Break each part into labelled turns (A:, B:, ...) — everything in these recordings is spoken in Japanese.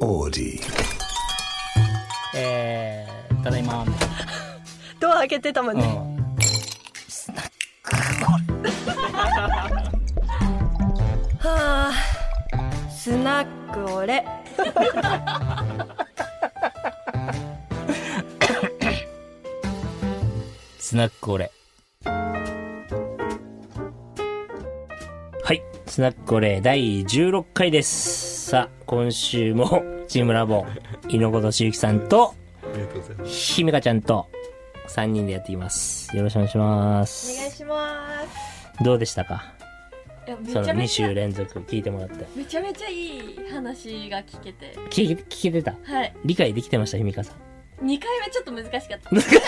A: オーディ
B: えー、ただいま、みたいな
C: ドア開けてたもんね。
B: うん
C: はあ、スナック俺。
B: スナックオレ。はい。スナックオレ第16回です。さあ、今週もチームラボン、猪子敏之さんと、
D: ありがとうございます。
B: ひめかちゃんと、3人でやっていきます。よろしくお願いします。
C: お願いします。
B: どうでしたか
E: いやめち
B: その
E: ゃ
B: 2
E: めちゃ
B: 週連続聞いてもらって。
E: めちゃめちゃいい話が聞けて
B: 聞け、聞けてた
E: はい
B: 理解できてました、ひみかさん。
E: 2回目ちょっと難しかった
B: 難しか っ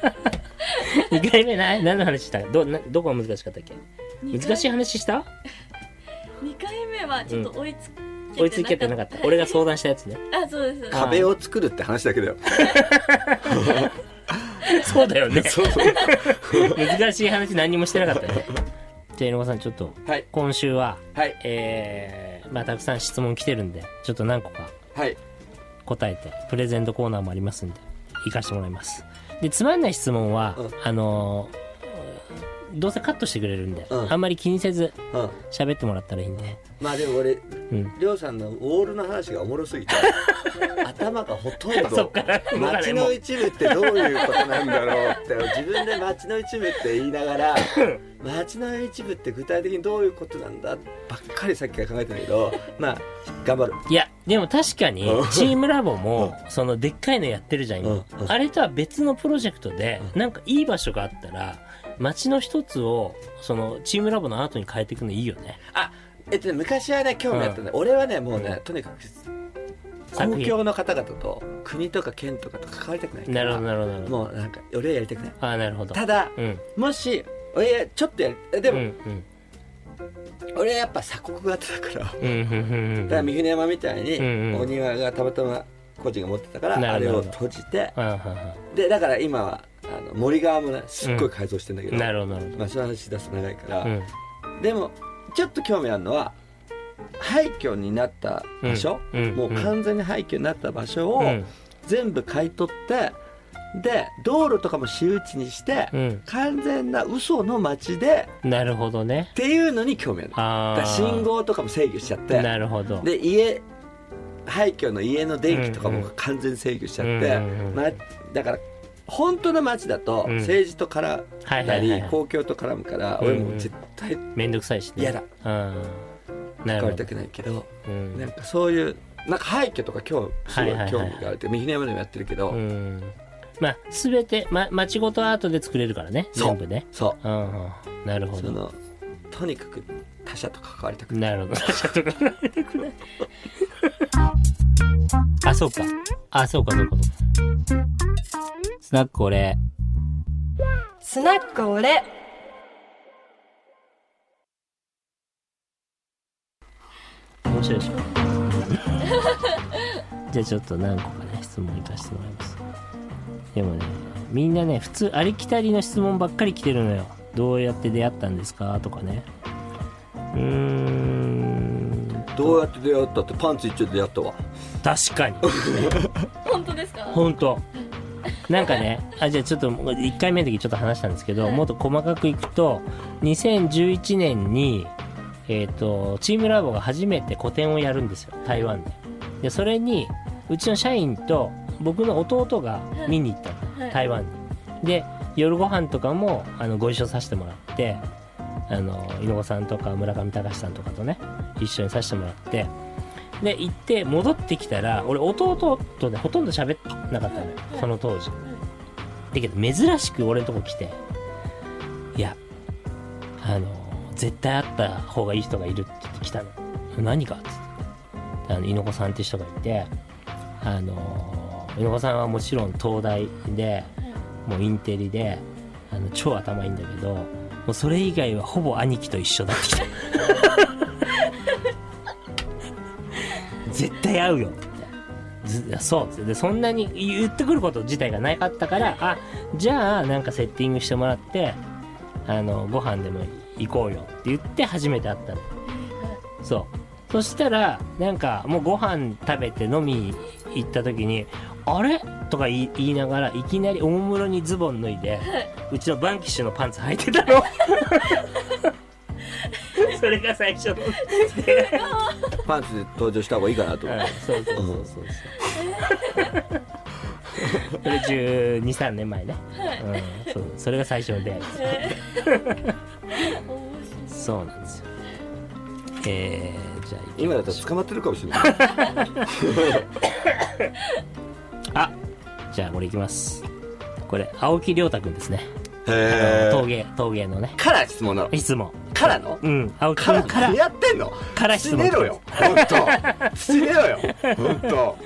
B: た。2回目な、何の話したど、などこが難しかったっけ難しい
E: 2
B: 話した
E: 回目はちょっと追いつけてなかった、
B: 追いつけてなかった。俺が相談したやつね。
E: あそうです
B: あ
D: 壁を作るって話だけだよ。
B: そうだよね。
D: そうそう。
B: 難しい話何もしてなかったね。じゃあ、井上さん、ちょっと、
D: はい。
B: 今週は、
D: はい。
B: えー、まあ、たくさん質問来てるんで、ちょっと何個か
D: はい。
B: 答えて、プレゼントコーナーもありますんで、行かしてもらいます。で、つまんない質問は、
D: うん
B: あのーどうせカットしてくれるんで、
D: うん
B: あんまり気にせず
D: うん。
B: 喋ってもらったらいいんで。
D: まあでも俺、
B: うん。
D: りょうさんのウォールの話がおもろす ぎて、頭がほとん
B: そっ
D: ど
B: か、ら動かない
D: 街
B: も
D: の
B: う。
D: 一部ってどういうことなんだろう って、自分で街の一部って言いなが ら、街の一部って具体的にどういうことなんだばっかりさっきから考えてんだけど、まあ、頑張る。
B: いや、でも確かに
D: う、ん
B: チームラボも、その、でっかいのやってるじゃん、今。
D: うんうん
B: あれとは別のプロジェクトで、なんかいい場所があったら、街の一つを、その、チームラボのアートに変えていくのいいよね。
D: あ、えっとね、昔はね、興味あったんだ、俺はね、もうね、とにかく、
B: 作
D: 公
B: 品
D: 共の方々と、国とか県とかと関わりたくないから。
B: なるほど、なるほど、なるほど。
D: もうなんか俺はやりたくない
B: ああ、なるほど。
D: ただ
B: うん。
D: もし俺ちょっとやりえで
B: で
D: も、
B: うん、
D: 俺はやっぱ鎖国型だからだか
B: うん。うん、うん、うんうん。
D: ら三船山みたいに
B: うんうん
D: お庭がたまたま個人が持ってたから、
B: な
D: あ
B: る
D: れ
B: ほど
D: を閉じて
B: うん、うん
D: でだから今はあの森側もねすっごい改造してんだけ
B: う
D: ど、
B: ん。なるほど、なる
D: まあその話出すと長いか
B: ほ
D: ら、
B: ど。うん。
D: でもちょっと興味あるのは廃墟になった場所、
B: うんうん
D: もう完全に廃墟になった場所を
B: うん
D: 全部買い取ってで道路とかも私有地にして、
B: うん
D: 完全な嘘の街で
B: なるほどね
D: っ。ていうのに興味あるだ
B: あ
D: から
B: あ。
D: 信号とかも制御しちゃって
B: なるほど。
D: で家廃墟の家の電気とか
B: うん
D: も
B: うん
D: 完全に制御しちゃっ
B: うん
D: て、
B: うんうん
D: ま、だから本当の街だと
B: うん
D: 政治と絡ん
B: はいは
D: だ
B: いはい
D: り
B: はい
D: 公共と絡むから
B: うんう
D: 俺
B: ん
D: もう絶対
B: めんどくさいしね。
D: 嫌だ。
B: うん。な
D: 関わり
B: るほ
D: た
B: ど。
D: くないけど
B: うん
D: なんかそういうなんか廃墟とか今日すごい
B: はいはいはい
D: 興味があるって三船山でもやってるけど、
B: うん。まあ、すべて、ま、町ごとアートで作れるからね。
D: そう
B: 全部ね。
D: そ
B: うんうん。なる
D: う
B: ほ
D: そ
B: ど。
D: のとにかく他者と関わりたくない
B: なるほど。 あ、そうか。あ、そうか、そうか、そうか。スナック俺。
C: スナック俺。
B: 面白いでしょ。 じゃあちょっと何個かね、質問いかしてもらいます。でもね、みんなね、普通ありきたりの質問ばっかり来てるのよ。どうやって出会ったんですかとかね。うーん。
D: どうやって出会ったってパンツ一丁で出会ったわ
B: 確かに。
E: 本当ですか
B: 本当なんかねあじゃあちょっと1回目の時ちょっと話したんですけど、
E: はい
B: もっと細かくいくと2011年に、えー、とチームラボが初めて個展をやるんですよ台湾ででそれにうちの社員と僕の弟が見に行ったの、
E: はい
B: 台湾にで夜ご飯とかもあのご一緒させてもらってあの猪子さんとか村上隆さんとかとね一緒にさせてもらってで行って戻ってきたら俺弟とねほとんど喋ってなかったのよその当時だけど珍しく俺のとこ来ていやあの絶対会った方がいい人がいるって言って来たの何かっつってあの猪子さんって人がいてあの猪子さんはもちろん東大でもうインテリであの超頭いいんだけどもうそれ以外はほぼ兄貴と一緒だってきた絶対合うよってずそうっつってでそんなに言ってくること自体がなかったからあじゃあなんかセッティングしてもらってあのご飯でも行こうよって言って初めて会ったのそうそしたらなんかもうご飯食べて飲みに行った時に「あれ?」とか言い言いながらいきなりおもむろにズボン脱いでうちのバンキッシュのパンツ履いてたの それが最初の
D: パンツで登場した方がいいかなと思って、
B: そうそうそうそうそうそれ1 2 3年前ね、うん、そうそれが最初の出会いですそうなんですよえー、じゃあ行き
D: 今だったら捕まってるかもしれ ない
B: あじゃあこれいきますこれ青木亮太くんですね、
D: へ
B: 陶
D: ー
B: 芸陶芸のね
D: から質問なの
B: 質問
D: からの
B: うん青木
D: か
B: くん
D: ら
B: から
D: やってんの
B: から質
D: 死
B: 問
D: ねろよ本当死ねろよ本当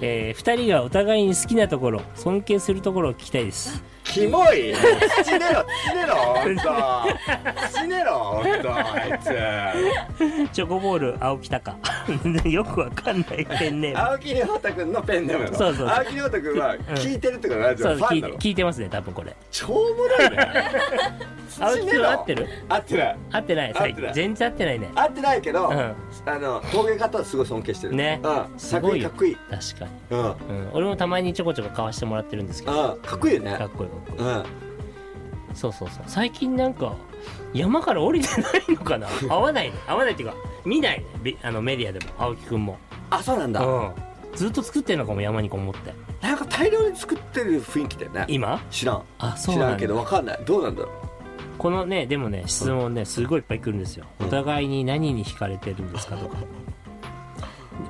B: えー、2人がお互いに好きなところ尊敬するところを聞きたいです
D: キモい死ねろ死ねろ本当死ねろ本当あいつ
B: チョコボール青木隆 よくわかんないペンネーム
D: 青木亮太君のペンネームなの
B: そうそう
D: 青木亮太君は聞いてるってことはラジ
B: そ
D: オ
B: う
D: ファ
B: 聞
D: ン
B: い
D: な
B: て
D: の
B: 聞いてますね多分これ
D: 超おもろいね
B: 青
D: 死
B: 木
D: ね
B: くん
D: ろ
B: 合ってる
D: 合ってない
B: 合ってない
D: 合ってない
B: 最近全然合ってないね
D: 合ってないけど、
B: うん
D: あの陶芸方はすごい尊敬してる
B: ね
D: うん、
B: す
D: 作
B: ごい
D: 品
B: よ
D: かっこいい
B: 確かに、
D: うん、うん、
B: うん、俺もたまにちょこちょこ買わしてもらってるんですけど
D: かっこいいよね
B: かっこいいかっこいい
D: うん
B: そうそうそう最近なんか山から降りてないのか な合わないね合わないっていうか見ないねびあのメディアでも青木くんも
D: あそうなんだ、
B: うんずっと作ってんのかも山にこもって
D: なんか大量に作ってる雰囲気だよね
B: 今
D: 知らん
B: あそう
D: 知
B: なんだ
D: らんけどわかんないどうなんだろ
B: このねでもね質問ねすごいいっぱい来るんですよ、
D: うん
B: お互いに何に惹かれてるんですかとか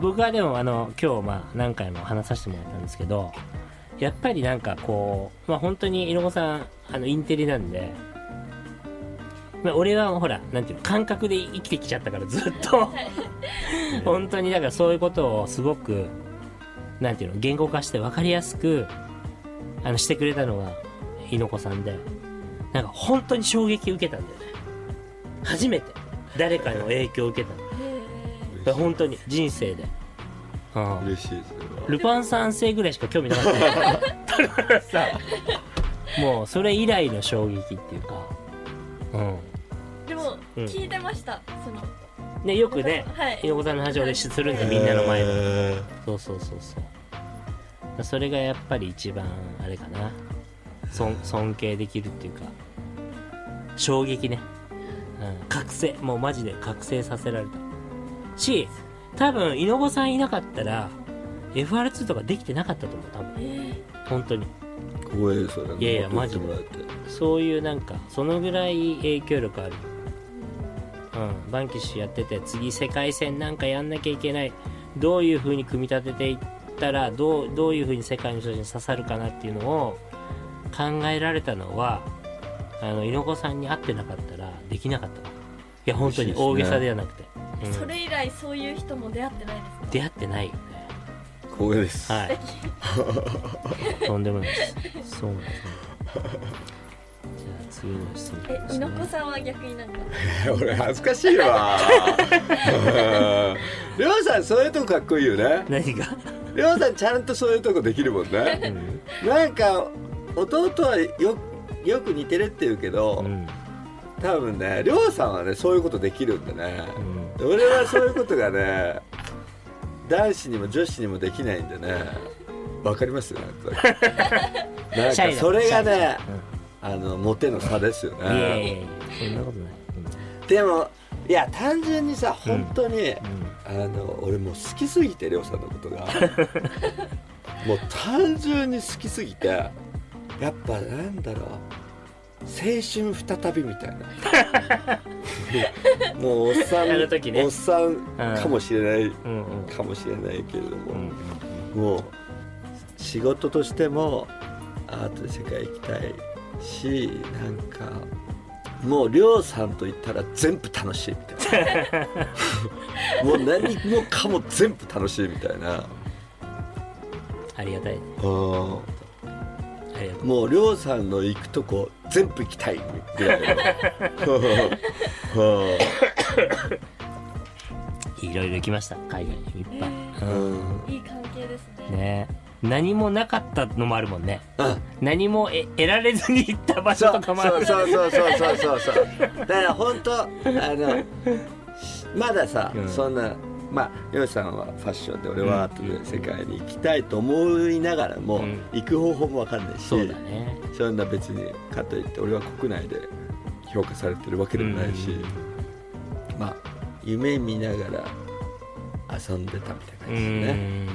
B: 僕はでもあの今日まあ何回も話させてもらったんですけどやっぱりなんかこうまあ本当に色子さんあのインテリなんで、まあ、俺はほらなんていうの感覚で生きてきちゃったからずっと本当にだからそういうことをすごくなんていうの言語化して分かりやすくあのしてくれたのが猪子さんでなんか本当に衝撃受けたんだよね初めて誰かの影響を受けた
D: う
B: のこれ本当に人生で、うん、
D: 嬉しいです
B: ルパン三世ぐらいしか興味なかっただからさもうそれ以来の衝撃っていうか、
E: でも
B: うん
E: 聞いてましたその
B: うん、でよくね
E: はい
B: 猪子さんの話を俺するんでみんなの前でそうそうそうそうそれがやっぱり一番あれかな尊尊敬できるっていうか衝撃ね、うん、覚醒もうマジで覚醒させられたし多分猪子さんいなかったら FR2 とかできてなかったと思う多分
E: えー
B: 本当に
D: 光栄ですよね
B: いやいや
D: 戻って
B: マジで
D: もらえて
B: そういうなんかそのぐらい影響力あるうんバンキッシュやってて次世界戦なんかやんなきゃいけないどういう風に組み立てていったらどうどういう風に世界の人たちに刺さるかなっていうのを考えられたのはあの猪子さんに会ってなかったらできなかったいや本当に大げさではなくて、うん
E: それ以来そういう人も出会ってないですか
B: 出会ってないよね
D: 光栄です、
B: はい とんでもないですそうなんですねじゃあ次の質問いき
E: え
B: ますね
E: 猪子さんは逆になん か
D: 俺恥ずかしいわうんりょうさんそういうとこかっこいいよね
B: 何が、
D: りょうさんちゃんとそういうとこできるもんねなんか弟はよよく似てるって言うけど、
B: うん
D: 多分ねりょうさんはねそういうことできるんだね、
B: うん
D: 俺はそういうことがね男子にも女子にもできないんでねわかりますよなんと なくなん
B: シャイ
D: か
B: な
D: それがね
B: うん
D: あのモテの差ですよ
B: いやいや
D: ね
B: いやそんなことない、
D: でもいや単純にさ本当に、
B: うん
D: あの俺もう好きすぎてりょうさんのこと がもう単純に好きすぎてやっぱなんだろう青春再びみたい なもうおっさん
B: あの時ね
D: おっさんかもしれない、
B: うんうん
D: かもしれないけれど
B: うんう
D: も
B: ん、
D: もう仕事としてもアートで世界行きたいしなんかもう亮さんと言ったら全部楽しいみたいなもう何もかも全部楽しいみたいな
B: ありがたい
D: うんも
B: ありがたいう
D: 亮さんの行くとこ全部行きたいぐら いのうん
B: いろいろ行きました海外にいっぱい、
D: うん
E: いい関係ですね
B: ね何もなかったのもあるもんね
D: あ
B: 何もえ得られずに行った場
D: そ
B: 所
D: う
B: と
D: そ
B: か
D: う
B: もある
D: そうそうそうそうそうだから本当あのしまださ、
B: うん
D: そんなまあヨシさんはファッションで俺はアート
B: うん
D: で世界に行きたいと思いながらも、
B: うん
D: 行く方法も分かんないし
B: そうだね
D: そんな別にかといって俺は国内で評価されてるわけでもないし、
B: うん
D: まあ夢見ながら遊んでたみたいな感じですね。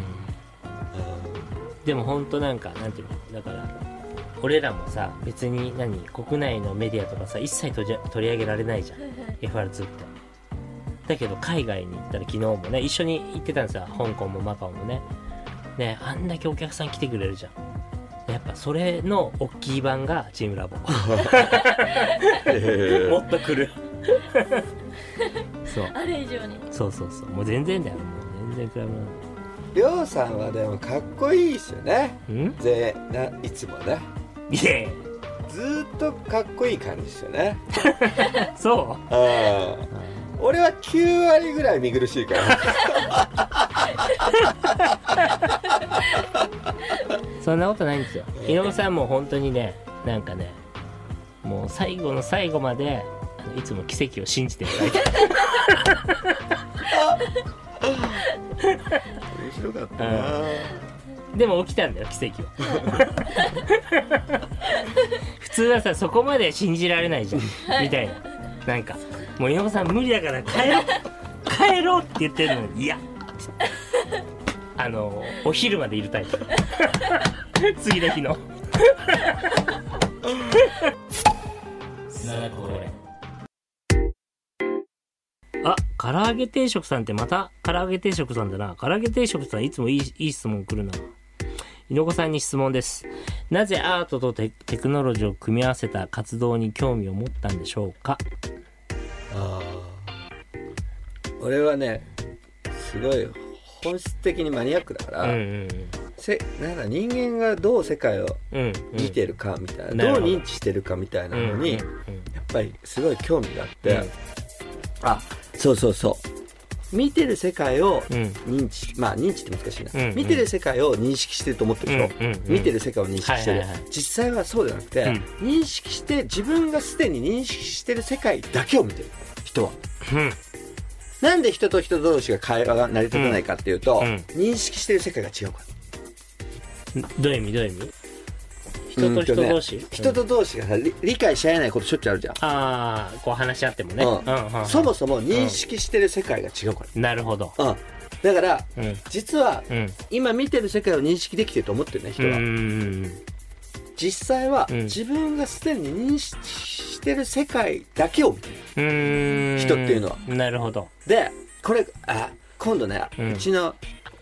B: でも本当なんかなんていうのだから俺らもさ別に何国内のメディアとかさ一切取り取り上げられないじゃん
E: はいはい。
B: FR2 ってだけど海外に行ったら昨日もね一緒に行ってたんですよ香港もマカオもねねあんだけお客さん来てくれるじゃんやっぱそれの大きい版がチームラボ
D: え
B: もっと来るそう
E: あれ以上に。
B: そうそうそうもう全然だよもう全然比べられな
D: ーりょうさんはでもかっこいいですよね
B: いん
D: ぜないつもね
B: いえ
D: ずーっとかっこいい感じですよね
B: そ
D: あ
B: う
D: 俺は9割ぐらい見苦しいから
B: そんなことないんですよ井上さんも本当にねなんかねもう最後の最後まであのいつも奇跡を信じてる
D: 面白かった
B: なでも起きたんだよ奇跡は 普通はさそこまで信じられないじゃんみたいななんかもう井上さん無理だから帰ろう 帰ろうって言ってるのにいやあのお昼までいるタイプ 次の日のなんだこれあ、唐揚げ定食さんってまた唐揚げ定食さんだな。唐揚げ定食さんいつもいいいい質問来るな。猪子さんに質問です。なぜアートとテテクノロジーを組み合わせた活動に興味を持ったんでしょうか
D: あー俺はねすごい本質的にマニアックだから、
B: うんうん
D: せなんか人間がどう世界を
B: うん。うん、うん。
D: 見てるかみたいな、
B: うんなるほ
D: ど
B: ど
D: う認知してるかみたいな
B: うん
D: のに、
B: うん
D: やっぱりすごい興味があって、
B: うん
D: あそうそうそう見てる世界を
B: うん
D: 認知、まあ認知って難しいな、
B: うんうん
D: 見てる世界を認識してると思ってるでしょ、
B: うんうんうん
D: 見てる世界を認識してる、
B: はいはいはい
D: 実際はそうじゃなくて、
B: うん
D: 認識して自分がすでに認識してる世界だけを見てる人は。
B: うん
D: なんで人と人同士が会話が成り立たないかっていうと、
B: うんうん
D: 認識してる世界が違うから。
B: どういう意味どういう意味人と人同士、
D: うんとね人と同士がさ理理解し合えないことしょっちゅうあるじゃん、
B: うんああ、こう話し合ってもね。
D: うん
B: うんうん
D: そもそも認識してる世界が違うか
B: なるほど。
D: ら、うん、だから
B: うん。
D: 実は
B: うん。
D: 今見てる世界を認識できてると思ってるね人
B: うん
D: は、
B: うん
D: 実際は
B: うん
D: 自分がすでに認識してる世界だけを見てる
B: うん。
D: 人っていうのは
B: なるほど。
D: でこれあ今度ね、う
B: うん
D: ちの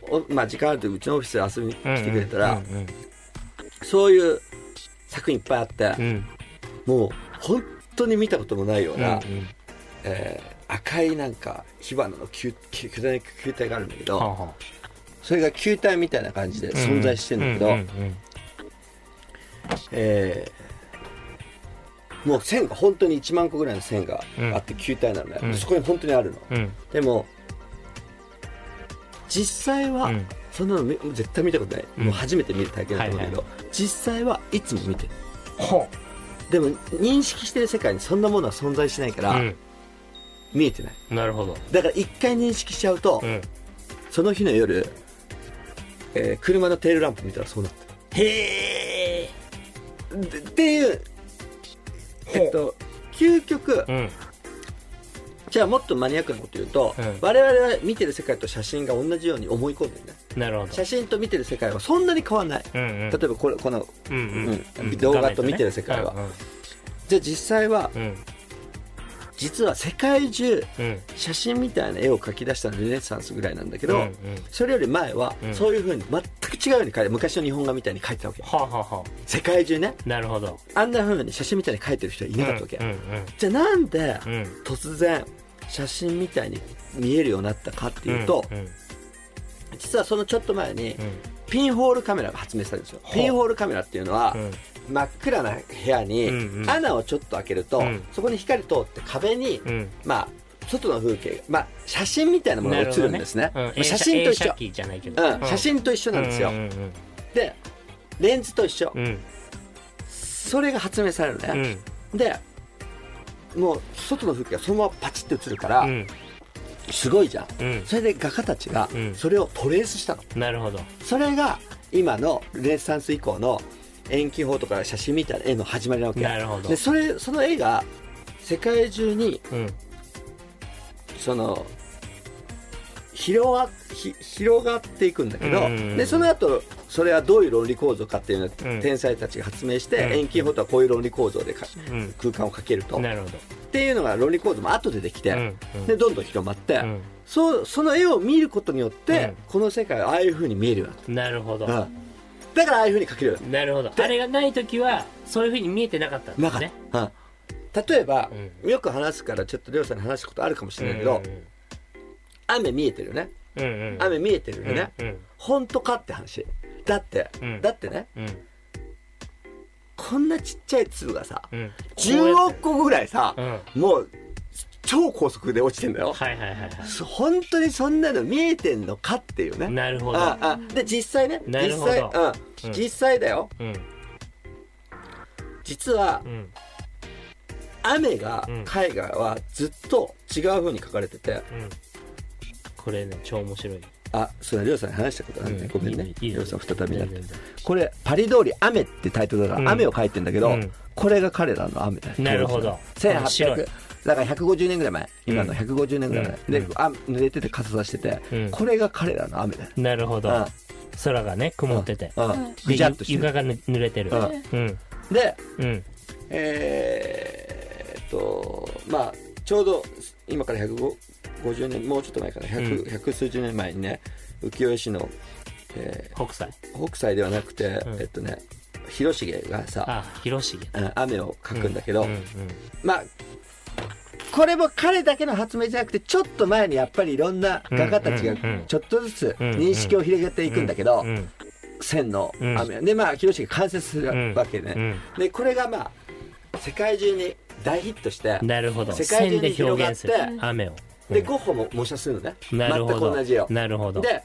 D: おまあ、時間あるとうちのオフィス遊びに来てくれたら、
B: うんうん
D: そういう作品いっぱいあって、
B: うんうん。
D: もう本当に見たこともないよう
B: うんう
D: な、
B: ん
D: えー赤いなんか火花の球球巨大な球体があるんだけど、
B: はあはあ
D: それが球体みたいな感じで存在してるんだけど、
B: うんうんうん
D: えーもう線が本当に1万個ぐらいの線があって球体なのね、
B: うん
D: そこに本当にあるの、
B: うん
D: でも実際は、
B: うん
D: そんなのめ絶対見たことない、
B: うん
D: もう初めて見る体験だと思うんだけど、実際はいつも見てる
B: ほ
D: でも認識してる世界にそんなものは存在しないか
B: う
D: ら、
B: う
D: 見えてない
B: んなるほど
D: だから一回認識しちゃうと、
B: うん
D: その日の夜、えー車のテールランプ見たらそうなって
B: へえ
D: るでっていうえっと究極
B: うん
D: じゃあもっとマニアックなこと言うと、
B: うん
D: 我々は見てる世界と写真が同じように思い込んでるね
B: なるほど
D: 写真と見てる世界はそんなに変わんない、
B: うんう
D: 例え
B: ん
D: ばこれこの
B: うん
D: う
B: うんん
D: 動画と見てる世界はじゃあ実際は
B: うん
D: 実は世界中
B: うんうん
D: 写真みたいな絵を描き出したのルネサンスぐらいなんだけど、
B: うんうん
D: それより前は
B: うん
D: そういうふうに全く違うように描いて昔の日本画みたいに描いてたわけ
B: はあはあは
D: 世界中ね
B: あなるほど
D: あんなふうに写真みたいに描いてる人はいなかったわけ、
B: うんうん
D: じゃあなんで
B: うん
D: 突然写真みたいに見えるようになったかって
B: うん
D: いうと、
B: うんうん
D: 実はそのちょっと前にピンホールカメラが発明されるんですよ
B: ほう
D: ピンホールカメラっていうのは真っ暗な部屋に
B: うんうん
D: 穴をちょっと開けると、
B: うん
D: そこに光通って壁に、
B: うんうん
D: まあ外の風景が、まあ、写真みたいなものが映るんですね
B: なる
D: ま
B: ほど
D: あ
B: うん
D: 写真と一緒
B: 映写、機じゃないけど
D: うん、写真と一緒なんですよ、
B: うんうん
D: でレンズと一緒、
B: うんうん
D: それが発明される
B: う
D: ね、
B: ん
D: でもう外の風景がそのままパチッと映るから、
B: うん
D: すごいじゃん、
B: うん
D: それで画家たちが
B: うん
D: それをトレースしたの、
B: なるほど
D: それが今のルネサンス以降の遠近法とか写真みたいな絵の始まりなわけ
B: なるほど
D: でそれその絵が世界中に
B: うん
D: その広がひ広がっていくんだけど、
B: うんうんうん
D: でその後それはどういう論理構造かっていうのを
B: うん
D: 天才たちが発明して、
B: うん
D: 遠近法とはこういう論理構造でか
B: うん
D: 空間を描けると、
B: な
D: っ
B: るほど
D: ていうのが論理構造も後でできて、
B: うんうん
D: でどんどん広まって、
B: うん
D: そうその絵を見ることによって、
B: うん
D: この世界はああいうふうに見えるように
B: なるほど
D: なった、うんだからああいうふうに描けるようになっ
B: なるほどあれがない時はそういうふうに見えてなかったん
D: た
B: で
D: な
B: す
D: かっ
B: ね
D: た、うん例えば、
B: う
D: よく話すからちょっと亮さんに話すことあるかもしれないけど、雨見えてるよね
B: うんうんうん
D: 雨見えてるよね、
B: うんうん
D: 本当かって話だって、
B: うん
D: だってね
B: うん
D: こんなちっちゃい粒がさ
B: うん
D: 10億個ぐらいさ
B: う、んは
D: もう超高速で落ちてんだよ、
B: いはいはいは
D: そ本当にそんなの見えてんのかっていうね
B: いなるほど
D: ああで実際ね
B: なる
D: 実
B: ほど
D: 際、
B: う
D: うんん、実際だよ
B: うん
D: 実は
B: うん
D: 雨が
B: うん
D: 絵画はずっと違う風に描かれてて
B: うんこれね超面白い
D: あそれは亮さんに話したことあるね、
B: うん
D: ごめんね
B: いいいい
D: 亮さん再びだっ
B: 全然
D: て
B: 全然
D: これ「パリ通り雨」ってタイトルだから、
B: うん
D: 雨を描いてんだけど、
B: うん
D: これが彼らの雨だ
B: なるほど面白い
D: 1800だから150年ぐらい前今の
B: うん
D: 150年ぐらい前、
B: うん
D: であ濡れてて傘さしてて、
B: うん
D: これが彼らの雨だよ、
B: なるほど
D: うん
B: 空がね曇ってて
D: うん
E: うん
D: ぐ
B: で
D: じゃっとして
B: 床
D: る
B: がぬ濡れてる
D: う
B: うん
D: で
B: うん
D: えーっとまあちょうど今から150年もうちょっと前から
B: うん
D: 100、100数十年前にね浮世絵師の、え
B: 北斎
D: ー北斎ではなくて、
B: ん
D: えっとね広重がさ
B: あ広重
D: うん雨を描くんだけど、
B: うんうん
D: まあこれも彼だけの発明じゃなくてちょっと前にやっぱりいろんな画家たちが
B: うんうんうん
D: ちょっとずつ
B: うんうん
D: 認識を広げていくんだけど、
B: うんうん
D: 線の雨、でまあ広重が完成するわけね、でこれがまあ世界中に大ヒットして
B: うんなるほど
D: 世界中
B: 線
D: に
B: で
D: 広
B: 表
D: がっ
B: 現す
D: て
B: る雨を
D: で
B: うん
D: ゴッホも模写するのね全
B: なるほ
D: く
B: ど
D: 同じよ
B: なるほど
D: で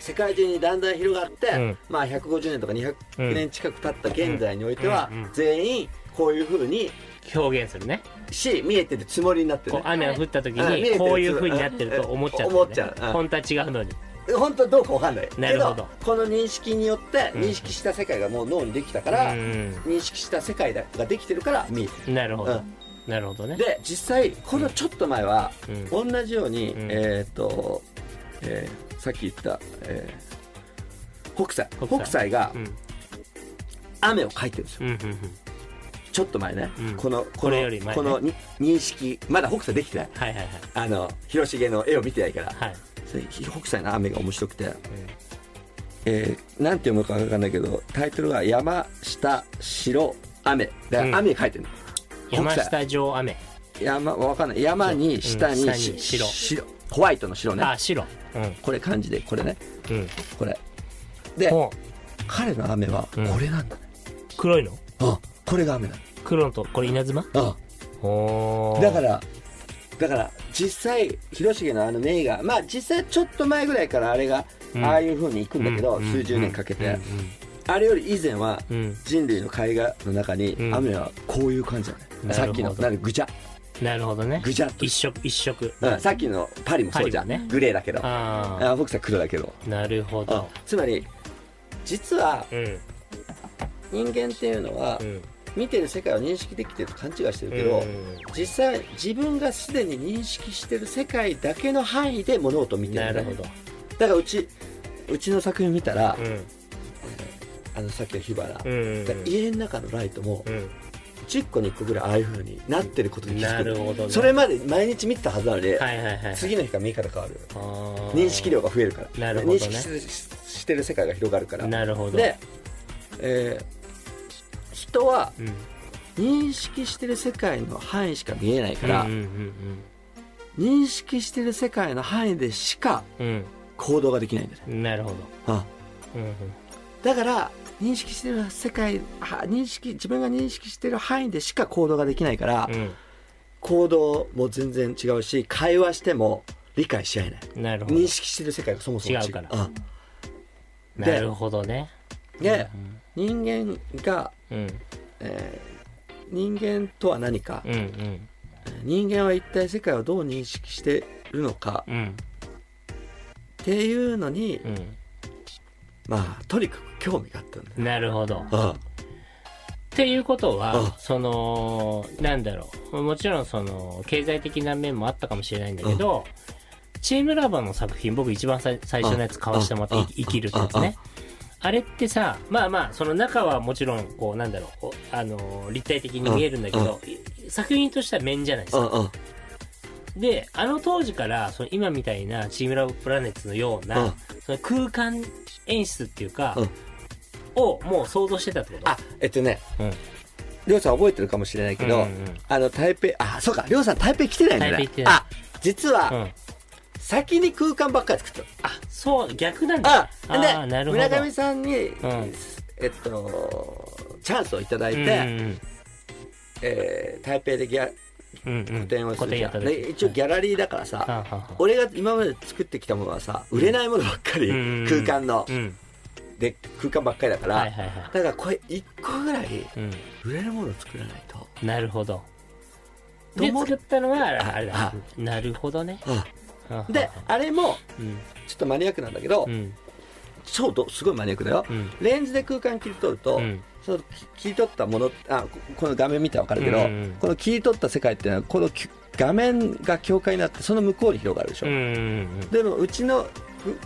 D: 世界中にだんだん広がって、
B: うん
D: まあ、150年とか200年近く経った現在においては、
B: うんうん
D: 全員こういうふうに
B: 表現するね
D: し見えてるつもりになって
B: こう
D: る、ね、
B: 雨が降った時
D: はい見えて
B: に
D: る
B: こういう風になってると思っちゃう,、ね、
D: 思っちゃううん
B: 本当は違うのに
D: 本当どうかわかんない
B: なるほど
D: けどこの認識によって
B: うん
D: 認識した世界がもう脳にできたから、
B: う
D: 認識した世界ができてるから見えてる
B: んなるほど、
D: うん
B: なるほどね
D: で実際このちょっと前は、
B: うん
D: 同じように、
B: うん
D: えっ、と、えーさっき言った、えー北斎
B: 北
D: 北
B: 斎
D: 斎が
B: うん
D: 雨を描いてるんですよ、
B: うんうんうん
D: ちょっと前ね、
B: うん
D: このこの
B: これより前ね
D: このに認識まだ北斎できてない
B: はいはいはい
D: あの広重の絵を見てないから
B: はい、
D: それ北斎の雨が面白くて、えーなんて読むかわかんないけどタイトルは「山下白雨」で
B: うん
D: 雨描いてるの
B: 山
D: 北斎
B: 下城雨
D: 山わかんない山に下に,し、
B: うん下に白
D: 白ホワイトの白ね
B: あ白う
D: これ漢字でこれね
B: んうん
D: これで
B: もう
D: 彼の雨は
B: うん
D: これなんだね、
B: 黒いの
D: あこれが雨だ
B: 黒とこれ稲妻
D: あ
B: おー
D: だからだから実際広重のあの名画まあ実際ちょっと前ぐらいからあれが
B: うん
D: ああいう風にいくんだけど、数十年かけて、あれより以前は
B: うんうん
D: 人類の絵画の中に
B: うん
D: 雨はこういう感じだね、
B: なるほど
D: さっきのなんかぐちゃ、
B: なるほどね
D: ぐちゃっと
B: 一色一色
D: うん、さっきのパリもそうじゃん、
B: パリもね
D: グレーだけどあ
B: あ
D: あ僕さ黒だけど
B: あなるほ
D: あ
B: ど
D: つまり実は
B: うん
D: 人間っていうのは
B: うん
D: 見てる世界を認識できてると勘違いしてるけど、
B: うん
D: 実際自分がすでに認識してる世界だけの範囲で物事を見て
B: な
D: る,、
B: るほど
D: だからうちうちの作品見たら、
B: うん
D: あのさっきの火花、
B: うんうん
D: だから家の中のライトも
B: うん
D: 10個に1個ぐらいああいう風になってることに気づ
B: な
D: く
B: るほどね
D: それまで毎日見てたはずなのに、
B: はいはいはい
D: 次の日から見え方変わる
B: あー
D: 認識量が増えるから
B: なるほど
D: 認
B: ね
D: 識ししてる世界が広がるから
B: なるほど
D: で、えー人は
B: うん
D: 認識してる世界の範囲しか見えないから、
B: うんうん
D: 認識してる世界の範囲でしか
B: うん
D: 行動ができないんだよね
B: うんなるほど
D: あ
B: うんうん
D: だから認識してる世界は認識自分が認識してる範囲でしか行動ができないから、行動も全然違うし会話しても理解し合えない
B: うんなるほど
D: 認識してる世界がそもそも
B: 違うから
D: あで
B: なるほどね
D: で人間が、
B: うん
D: えー人間とは何か、
B: うんうん
D: 人間は一体世界をどう認識してるのか
B: う
D: っ
B: ん
D: ていうのに、
B: う
D: まあとにかく興味があったんだよ
B: んなるほど
D: あ
B: っていうこと
D: うん
B: は、その、なんだろう。もちろん、その、経済的な面もあったかもしれないんだけど、チームラバーの作品、僕一番さい最初のやつ買わしてもら
D: う
B: っ
D: ん
B: て、生きるってやつね。あれってさ、まあまあ、その中はもちろん、こう、なんだろう、おあのー、立体的に見えるんだけど、い作品としては面じゃないです
D: あ
B: か。
D: あ
B: で、あの当時から、その今みたいなチームラボプラネッツのよう
D: あ
B: な、その空間演出っていうか
D: うん、
B: をもう想像してたってこと
D: あえっとね
B: うん。
D: りょうさん覚えてるかもしれないけど、
B: うんうん
D: あの台北あそうかりょうさん台北来てないんだな
B: 台北来てない
D: あ実は、
B: うん。
D: 先に空間ばっかり作った
B: あ、そう、逆なんだ。
D: あ
B: あーな
D: で
B: るほど
D: 村上さんに、
B: ん
D: えっとチャンスをいただいて、
B: うん
D: えー台北でギャ
B: うんうんうんうん
D: 個展をするじゃん、
B: 個展やった時
D: で一応ギャラリーだからさ、
B: はあはあはあ
D: 俺が今まで作ってきたものはさ売れないものばっかり、
B: うん
D: 空間の、
B: うん。
D: で空間ばっかりだから、
B: はいはいは
D: だからこれ一個ぐらい
B: い。うん。
D: 売れるものを作らないと
B: なるほど。で、
D: どうも
B: 作ったのは、
D: あ
B: あれ
D: あ
B: だ。なるほどね。
D: あ
B: はあはあ
D: で、あれも
B: うん。
D: ちょっとマニアックなんだけど、
B: うん。
D: 超どすごいマニアックだよ、
B: うん。
D: レンズで空間切り取ると、
B: うん
D: そのき切り取ったものあここの画面見たら分かるけど、
B: うんうんうん
D: この切り取った世界っていうのはこのき画面が境界になってその向こうに広がるでしょ、
B: うんうんうん。
D: でもうちのふ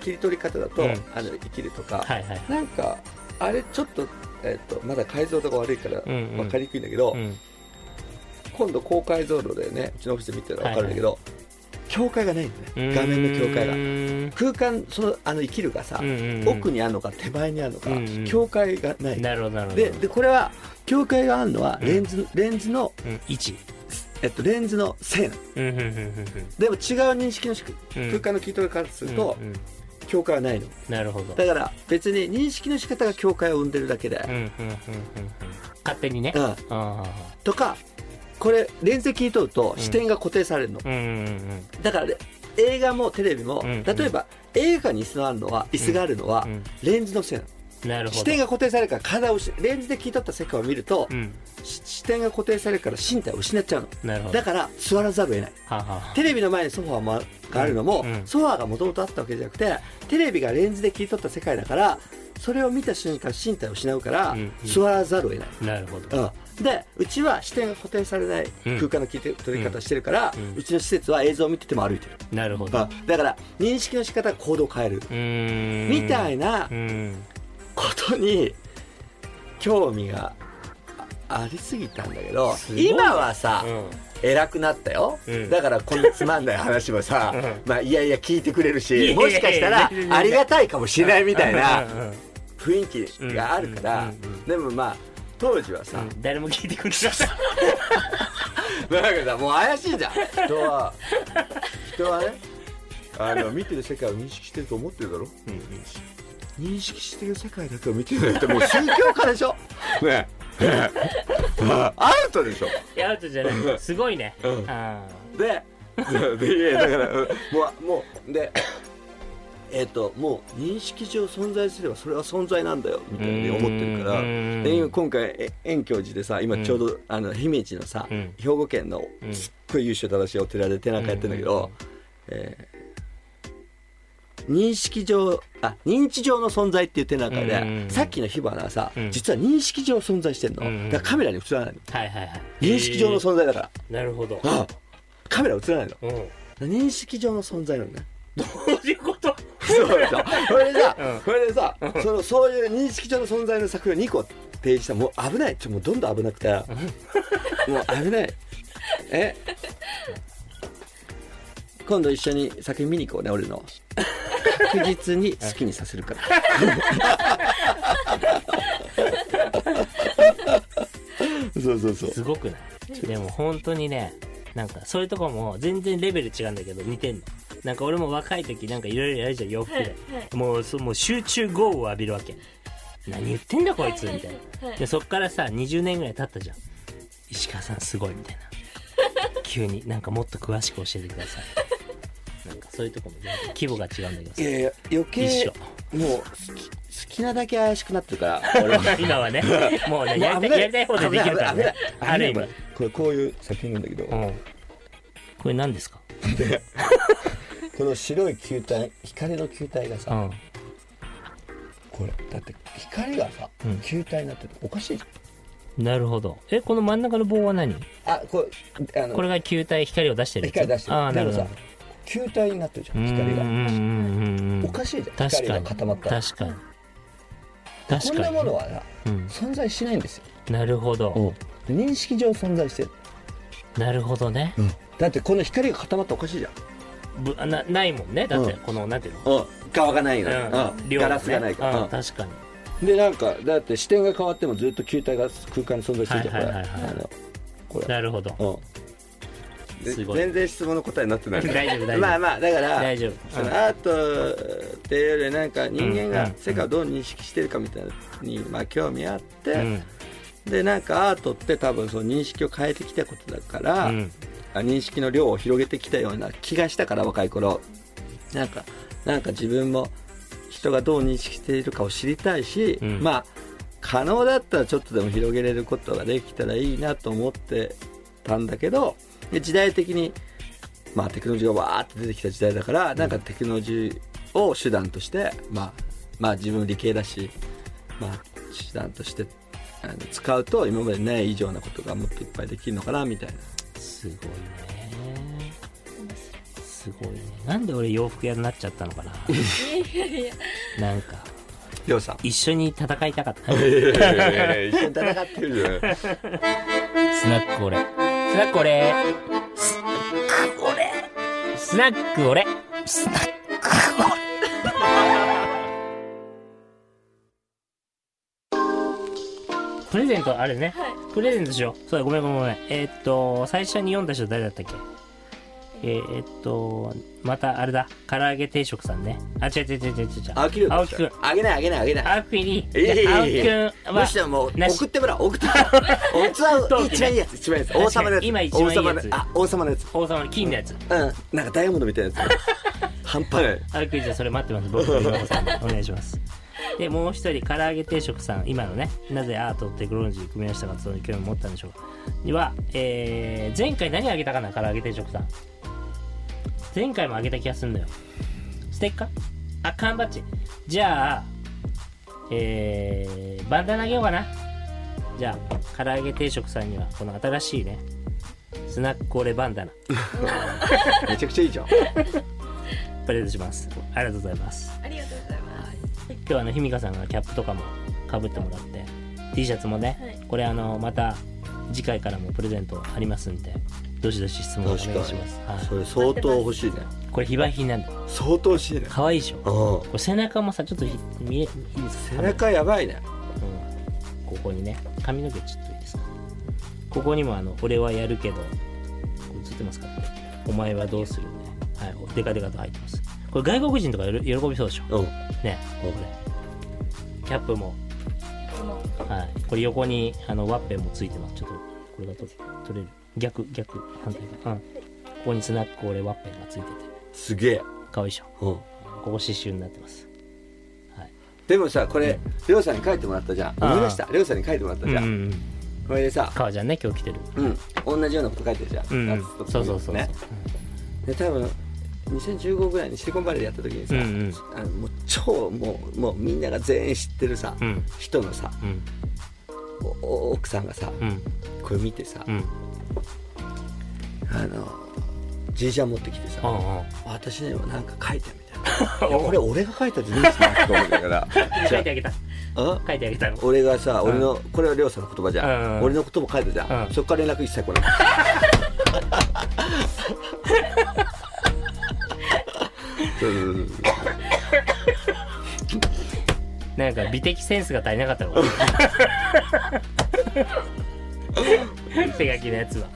D: 切り取り方だと、
B: うん
D: あの生きるとか、
B: はいはい。
D: なんかあれちょっと,、えっとまだ解像度が悪いから
B: うんうん
D: 分かりにくいんだけど、
B: うん。
D: 今度高解像度でねうちのオフィスで見てたら分かるんだけど、境界がないんだよね画面の境界が空
B: が。
D: 間そのあの生きるがさ、奥
B: に。
D: にあるのか手前にあるのか、
B: うんうん
D: 境界がない
B: なるほどなるほど。
D: ででこれは境界があるのは
B: うん
D: レンズ,、レンズの、
B: うん、位置。
D: えっと、レンズのせいなの
B: うんうんうんうん
D: でも違う認識の仕組
B: う
D: み
B: ん
D: 空間の聞き取り方す
B: うん。
D: ると、
B: うんうん
D: 境界はないの
B: なるほど。
D: だから別に認識の仕方が境界を生んでるだけで
B: うん、うんうんうんうん。勝手にね
D: う。ん
B: ああはあはあ
D: とかこれレンズで聞い取ると視点が固定されるの、
B: うんうんうん
D: だからね映画もテレビも、
B: うんうん
D: 例えば映画に椅子があるのは椅子があるのは、
B: うん
D: レンズのせいなの
B: うん。なるほど。
D: 視点が固定されるから体を失レンズで聞い取った世界を見ると、
B: うん。
D: し視点が固定されるから身体を失っちゃうの
B: なるほど。
D: だから座らざるを得ない
B: はあはあ
D: テレビの前にソファーもあがあるのも、
B: うんうん
D: ソファーがもともとあったわけじゃなくてテレビがレンズで切り取った世界だからそれを見た瞬間身体を失うから、
B: うんうん
D: 座らざるを得ない、
B: なるほど。
D: うん、でうちは視点が固定されない
B: うん
D: 空間の切り取り方をしてるから、う
B: うん
D: ちの施設は映像を見てても歩いてる、
B: なるほ
D: う
B: ど。
D: ん、だから認識の仕方が行動を変える、
B: うーん。
D: みたいな
B: うん。
D: ことに興味があありすぎたんだけど
B: すごいね
D: 今はさ、
B: うん。
D: 偉くなったよ、
B: うん
D: だからこんなつまんない話もさ、
B: う
D: まあいやいや聞いてくれる
B: いやい
D: し
B: や
D: もしかしたら
B: 全然
D: ありがたいかもしれないみたいな
B: うんうん
D: 雰囲気があるから、
B: うんうんうん
D: でもまあ当時はさ、
B: うん誰も聞いてくれなかった。
D: なんかさもう怪しいじゃん人は人は ねあの見てる世界を認識してると思ってるだろ、認識してる世界だけを見てるなんてもう宗教家でしょねえねえ アウトでしょ
B: いや、アウトじゃない。すごいね。
D: うん
B: あ
D: で でい やだからうんもうもうでえっ、ともう認識上存在すればそれは存在なんだよみたいに思ってるから
B: うーん
D: で今今回え遠教寺でさ今ちょうど、あの姫路のさ、
B: うん
D: 兵庫県の
B: うん
D: すっごい優秀正しいお寺で手なんかやってんだけど、えー認識上あ認知上の存在っていう手なんかで、
B: うん
D: さっきの火花はさ、
B: うん
D: 実は認識上存在してんの、
B: うん
D: だからカメラに映らないの
B: あ。はいはいはい。
D: 認識上の存在だから、
B: なるほど。
D: あカメラ映らないの
B: うん。ど
D: 認識上の存在なのね。
B: ういうこと
D: そうでしょ。それでさ
B: うん、
D: それでさ、そのそういう認識上の存在の作品を2個提示したらもう危ない。ちょもうどんどん危なくて、もう危ない。え？今度一緒に作品見に行こうね、俺 の。確実に好きにさせる から。そうそうそう。
B: すごくないでも本当にね、なんかそういうとこも全然レベル違うんだけど似てんの。なんか俺も若い時なんかいろいろやるじゃん、洋服で。もうそうもう集中豪雨を浴びるわけ。何言ってんだこいつみたい
E: は
B: な。
E: い
B: で、そっからさ、20年ぐらい経ったじゃん。石川さんすごいみたい な。急になんかもっと詳しく教えてください。なんかそういうとこも全然規模が違うんだ
D: い
B: けどさ。
D: やいや余
B: 一
D: 計もう好き好きなだけ怪しくなってるから。俺は
B: 今 はね、もう
D: も
B: ね、
D: う
B: やりたいやりたい方でできるからね。
D: 危ない
B: あ
D: 危な
B: る
D: い
B: 意
D: 危な
B: 味
D: い。これこういう作品なんだけど、
B: うん。これ何ですか
D: でこの白い球体光の球体がさ、
B: うん
D: これだって光がさ、
B: うん
D: 球体になってておかしいじ
B: なるほどえこの真ん中の棒は何
D: ゃんあこれあの
B: これが球体光を出してるやつ
D: 光出して
B: ああ
D: る
B: な
D: で
B: る
D: も
B: ほど
D: さ球体になってるじゃ
B: うんん
D: 光
B: うん
D: が
B: うんうんうん
D: おかしいじゃん
B: 確
D: 光
B: か
D: が
B: に
D: 固まったら
B: 確かに確
D: こ
B: か
D: ん
B: に
D: なものはな
B: うん、
D: 存在しないんですよ
B: なるほど、
D: 認識上存在してる、
B: なるほどね
D: だってこの光が固まったらおかしいじゃん
B: ぶあなないもんねだって
D: うん
B: この、なんていう
D: う
B: の、
D: ん側がないのよ、うん
B: 量
D: ガラスがないから、
B: ね
D: うん
B: うん確かに
D: でなんかだって視点が変わってもずっと球体が空間に存在してるじゃん
B: はいはいはいはい
D: これあ
B: なるほど
D: のこれ、
B: す
D: うん、
B: ごい
D: 全然質問の答えになってない
B: 大丈夫大丈夫
D: まあまあだから
B: 大丈夫
D: そのアートっていうよりなんか人間
B: うん
D: が
B: うん
D: 世界をどう認識してるかみたいなのにまあ興味あっ
B: う
D: て、
B: ん
D: でなんかアートって多分その認識を変えてきたことだから、
B: うん
D: あ認識の量を広げてきたような気がしたから若い頃なんかなんか自分も人がどう認識しているかを知りたいし、
B: うん
D: まあ可能だったらちょっとでも広げれることができたらいいなと思ってたんだけどで時代的に、まあ、テクノロジーがわーって出てきた時代だから、なんかテクノロジーを手段として、まあ、まあ自分理系だし、まあ、手段としてあの使うと今までない以上なことがもっといっぱいできるのかなみたいな。
B: すごいねすごいねなんで俺洋服屋になっちゃったの かななんか
D: りょうさん
B: 一緒に戦いたかった
D: 一緒に戦ってるじゃない
B: スナックオレ。スナックオレ。スナックオレ。スナックオレ。スナックオレ。プレゼントあるね。
E: はい
B: プレゼントしよう。そうだ、ごめんごめんごめん。えーっと、最初に読んだ人誰だったっけえーえーっと、またあれだ。唐揚げ定食さんね。あ、違う違う違う違う違う。
D: 青木
B: 青木くん。
D: あげないあげないあげない
B: 青木くんに。
D: いやいや
B: 青
D: い
B: 木
D: や
B: く
D: い
B: ん
D: やむしろもう
B: なし
D: 送ってもらおう送ってもらお う器一番いいやつ一番いいやつ王様のやつ
B: 今一番いいやつ
D: 王様のあ王様のやつ
B: 王様の金のやつ。
D: うんなんかダイヤモンドみたいなやつ 半端ない
B: アルクイズはそれ待ってます僕と今さんでお願いしますでもう一人唐揚げ定食さん今のねなぜアートとテクノロジーを組み合わせた活動に興味を持ったんでしょうかには、えー前回何あげたかな唐揚げ定食さん前回もあげた気がするんだよステッカーあ缶バッジじゃあえー、バンダナあげようかなじゃあ唐揚げ定食さんにはこの新しいねスナックオレバンダナ
D: めちゃくちゃいいじゃん
B: プレゼントしますありがとうございます
E: ありがとうございます
B: 今日はあのひみかさんがキャップとかもかぶってもらって T シャツもね、
E: はい
B: これあのまた次回からもプレゼントありますんでどしどし質問お願いします、はい
D: それ相当欲しいね
B: これ非売品なんだ
D: 相当欲しいね
B: 可愛いでしょこ
D: う
B: れ背中もさちょっとひ見えいいです
D: ん
B: か
D: 背中やばいね
B: うんここにね髪の毛ちょっといいですかここにもあの「俺はやるけど」映ってますからね「お前はどうする?」ねはいおデカデカと入ってますこれ外国人とかよろ喜びそうでしょ
D: うん
B: ねこれキャップもはい、これ横にあのワッペンもついてます。ちょっとこれが取れ取れる。逆、逆、反対側。うん。ここにスナック俺ワッペンがついてて。
D: すげえ
B: かわいいでしょ。
D: うん
B: ここ刺繍になってます。はい。
D: でもさこれりょうさんに書いてもらったじゃん
B: あー
D: 思い出したりょうさんに書いてもらったじゃ
B: うんん。
D: これでさ
B: かわちゃんね、今日来てる。
D: うん同じようなこと書いてるじゃん
B: うん、うん
D: 夏と。
B: そうそうそうそう。
D: ねで多分2015ぐらいにシリコンバレーでやった時にさ、
B: うんうん
D: あのもう超もうもうみんなが全員知ってるさ、
B: うん。
D: 人のさ
B: うん。
D: おお奥さんがさ
B: うん。
D: これ見てさ、
B: うん。うん。
D: あのじいちゃん持ってきてさ、
B: うん。
D: 私にもなんか書いてみたいないやこれ俺が書いたじゃねえし なって思うんだからじ
B: 書
D: ゃ
B: いてあげた。
D: ああ
B: 書いてあげたの。
D: 俺がさ俺の、これはりょうさんの言葉じゃん、
B: うん
D: 俺の言葉書いたじゃん、
B: うん
D: そっから連絡一切来 ないそうそうそうそう
B: なんか美的センスが足りなかったのかな手書きのやつは。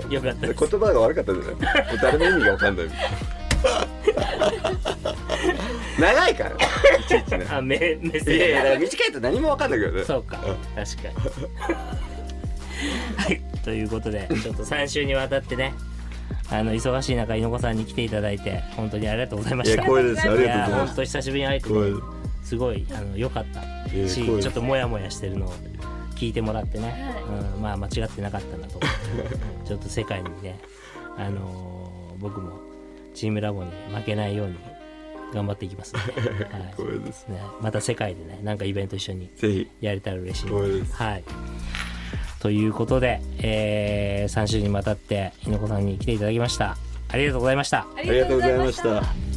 B: よかったです。
D: 言葉が悪かったじゃないもう誰の意味が分か んない長いからいちいちね
B: あ、目、目
D: いやい
B: 線
D: や
B: が
D: だから短いと何も分かんないけどね
B: そうか、確かに。はい、ということ で、ちょっと3週にわたってね、あの忙しい中、猪子さんに来ていただいて、本当にありがとうございました。
D: いや光栄ですありがとうござい
B: や
D: ます
B: 本当久しぶりに会えてね、すごいあの良かった
D: いや
B: し、
D: 光栄です
B: ちょっとモヤモヤしてるのを聞いてもらってね、
E: はい
B: うん、まあ間違ってなかったなと、ちょっと世界にね、あのー僕もチームラボに負けないように頑張っていきますので、 はい
D: 光栄です
B: ね、また世界でねなんかイベント一緒に
D: ぜひ
B: やれたら嬉しい
D: 光栄です
B: はい、ということで、え3週にわたって猪子さんに来ていただきましたありがとうございました
E: あ
D: ありがとうございました。